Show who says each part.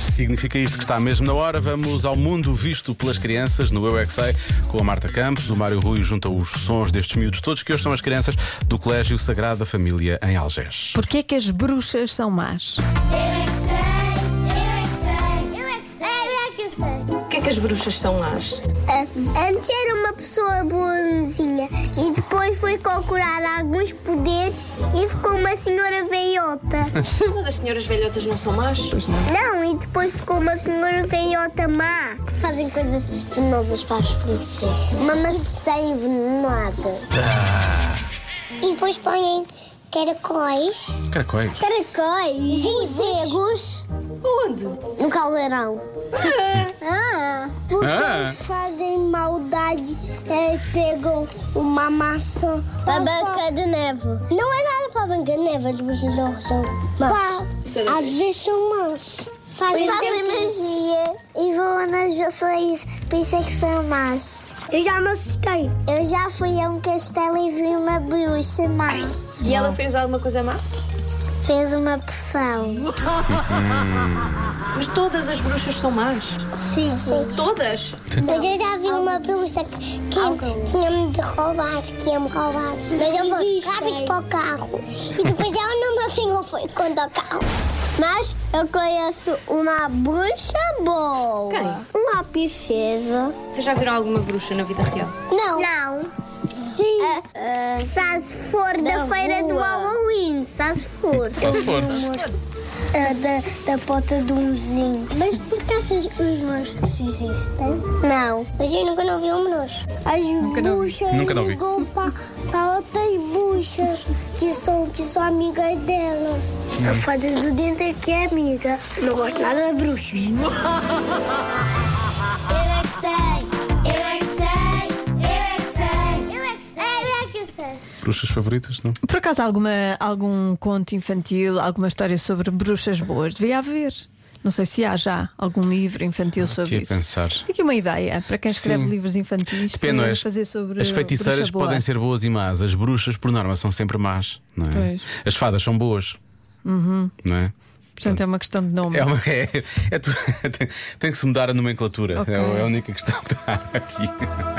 Speaker 1: significa isto que está mesmo na hora. Vamos ao mundo visto pelas crianças no Eu é Que Sei, com a Marta Campos. O Mário Rui junta os sons destes miúdos todos, que hoje são as crianças do Colégio Sagrada Família em Algés.
Speaker 2: Porquê que as bruxas são más?
Speaker 3: é
Speaker 4: O que é que as bruxas são más?
Speaker 3: Antes era uma pessoa bonzinha e depois foi procurar alguns poderes e ficou uma senhora veiota.
Speaker 4: Mas as senhoras velhotas não são más?
Speaker 3: Não, e depois ficou uma senhora veiota má. Fazem coisas venenosas para as princesas. Uma maçã envenenada. E depois põem caracóis.
Speaker 1: Caracóis.
Speaker 3: Caracóis? Vinzegos.
Speaker 4: Onde?
Speaker 3: No caldeirão. Ah, porque
Speaker 1: Ah.
Speaker 3: eles fazem maldade e pegam uma maçã para banca de neve. Não é nada para banca de neve, as bichas não são maus. Às vezes são maus. Fazem magia e voam nas pessoas, por isso é que são maus.
Speaker 5: Eu já me assustei.
Speaker 3: Eu já fui a um castelo e vi uma bruxa má.
Speaker 4: E ela fez alguma coisa má?
Speaker 3: Fez uma poção.
Speaker 4: Mas todas as bruxas são más?
Speaker 3: Sim, sim.
Speaker 4: Todas?
Speaker 3: Mas eu já vi uma bruxa que que tinha-me de roubar, que ia-me roubar. Mas eu fui rápido para o carro. E depois ela não me apanhou, foi contra o carro. Mas eu conheço uma bruxa boa.
Speaker 4: Quem?
Speaker 3: Uma princesa.
Speaker 4: Vocês já viram alguma bruxa na vida real?
Speaker 3: Não. Não. Sim. se for da, feira do Halloween, se for.
Speaker 1: Só se for.
Speaker 3: da, da porta de um vizinho. Mas por que essas, os monstros existem? Não. Mas eu nunca não vi um monstro. As buchas
Speaker 1: Nunca não vi.
Speaker 3: ligam para, outras buchas que são, que são amigas delas.
Speaker 5: A
Speaker 1: Hum.
Speaker 5: fada do dente é que é amiga. Não gosto nada de bruxas.
Speaker 3: Eu é que sei, eu é que sei, eu é que sei, eu é que sei, eu é que sei, é eu é que sei.
Speaker 1: Bruxas favoritas, não?
Speaker 2: Por acaso, alguma, algum conto infantil, alguma história sobre bruxas boas? Devia haver. Não sei se há já algum livro infantil sobre
Speaker 1: Fiquei a
Speaker 2: isso.
Speaker 1: pensar.
Speaker 2: Aqui uma ideia para quem escreve
Speaker 1: Sim.
Speaker 2: livros infantis
Speaker 1: Depende, não é?
Speaker 2: poder fazer sobre
Speaker 1: As feiticeiras
Speaker 2: bruxa boa.
Speaker 1: podem ser boas e más, as bruxas, por norma, são sempre más, não é?
Speaker 2: Pois. Uhum.
Speaker 1: As fadas são boas, não é?
Speaker 2: Portanto, é uma questão de nome.
Speaker 1: É uma, é, é tu- tem, tem que se mudar a nomenclatura. É a- É a única questão que está aqui.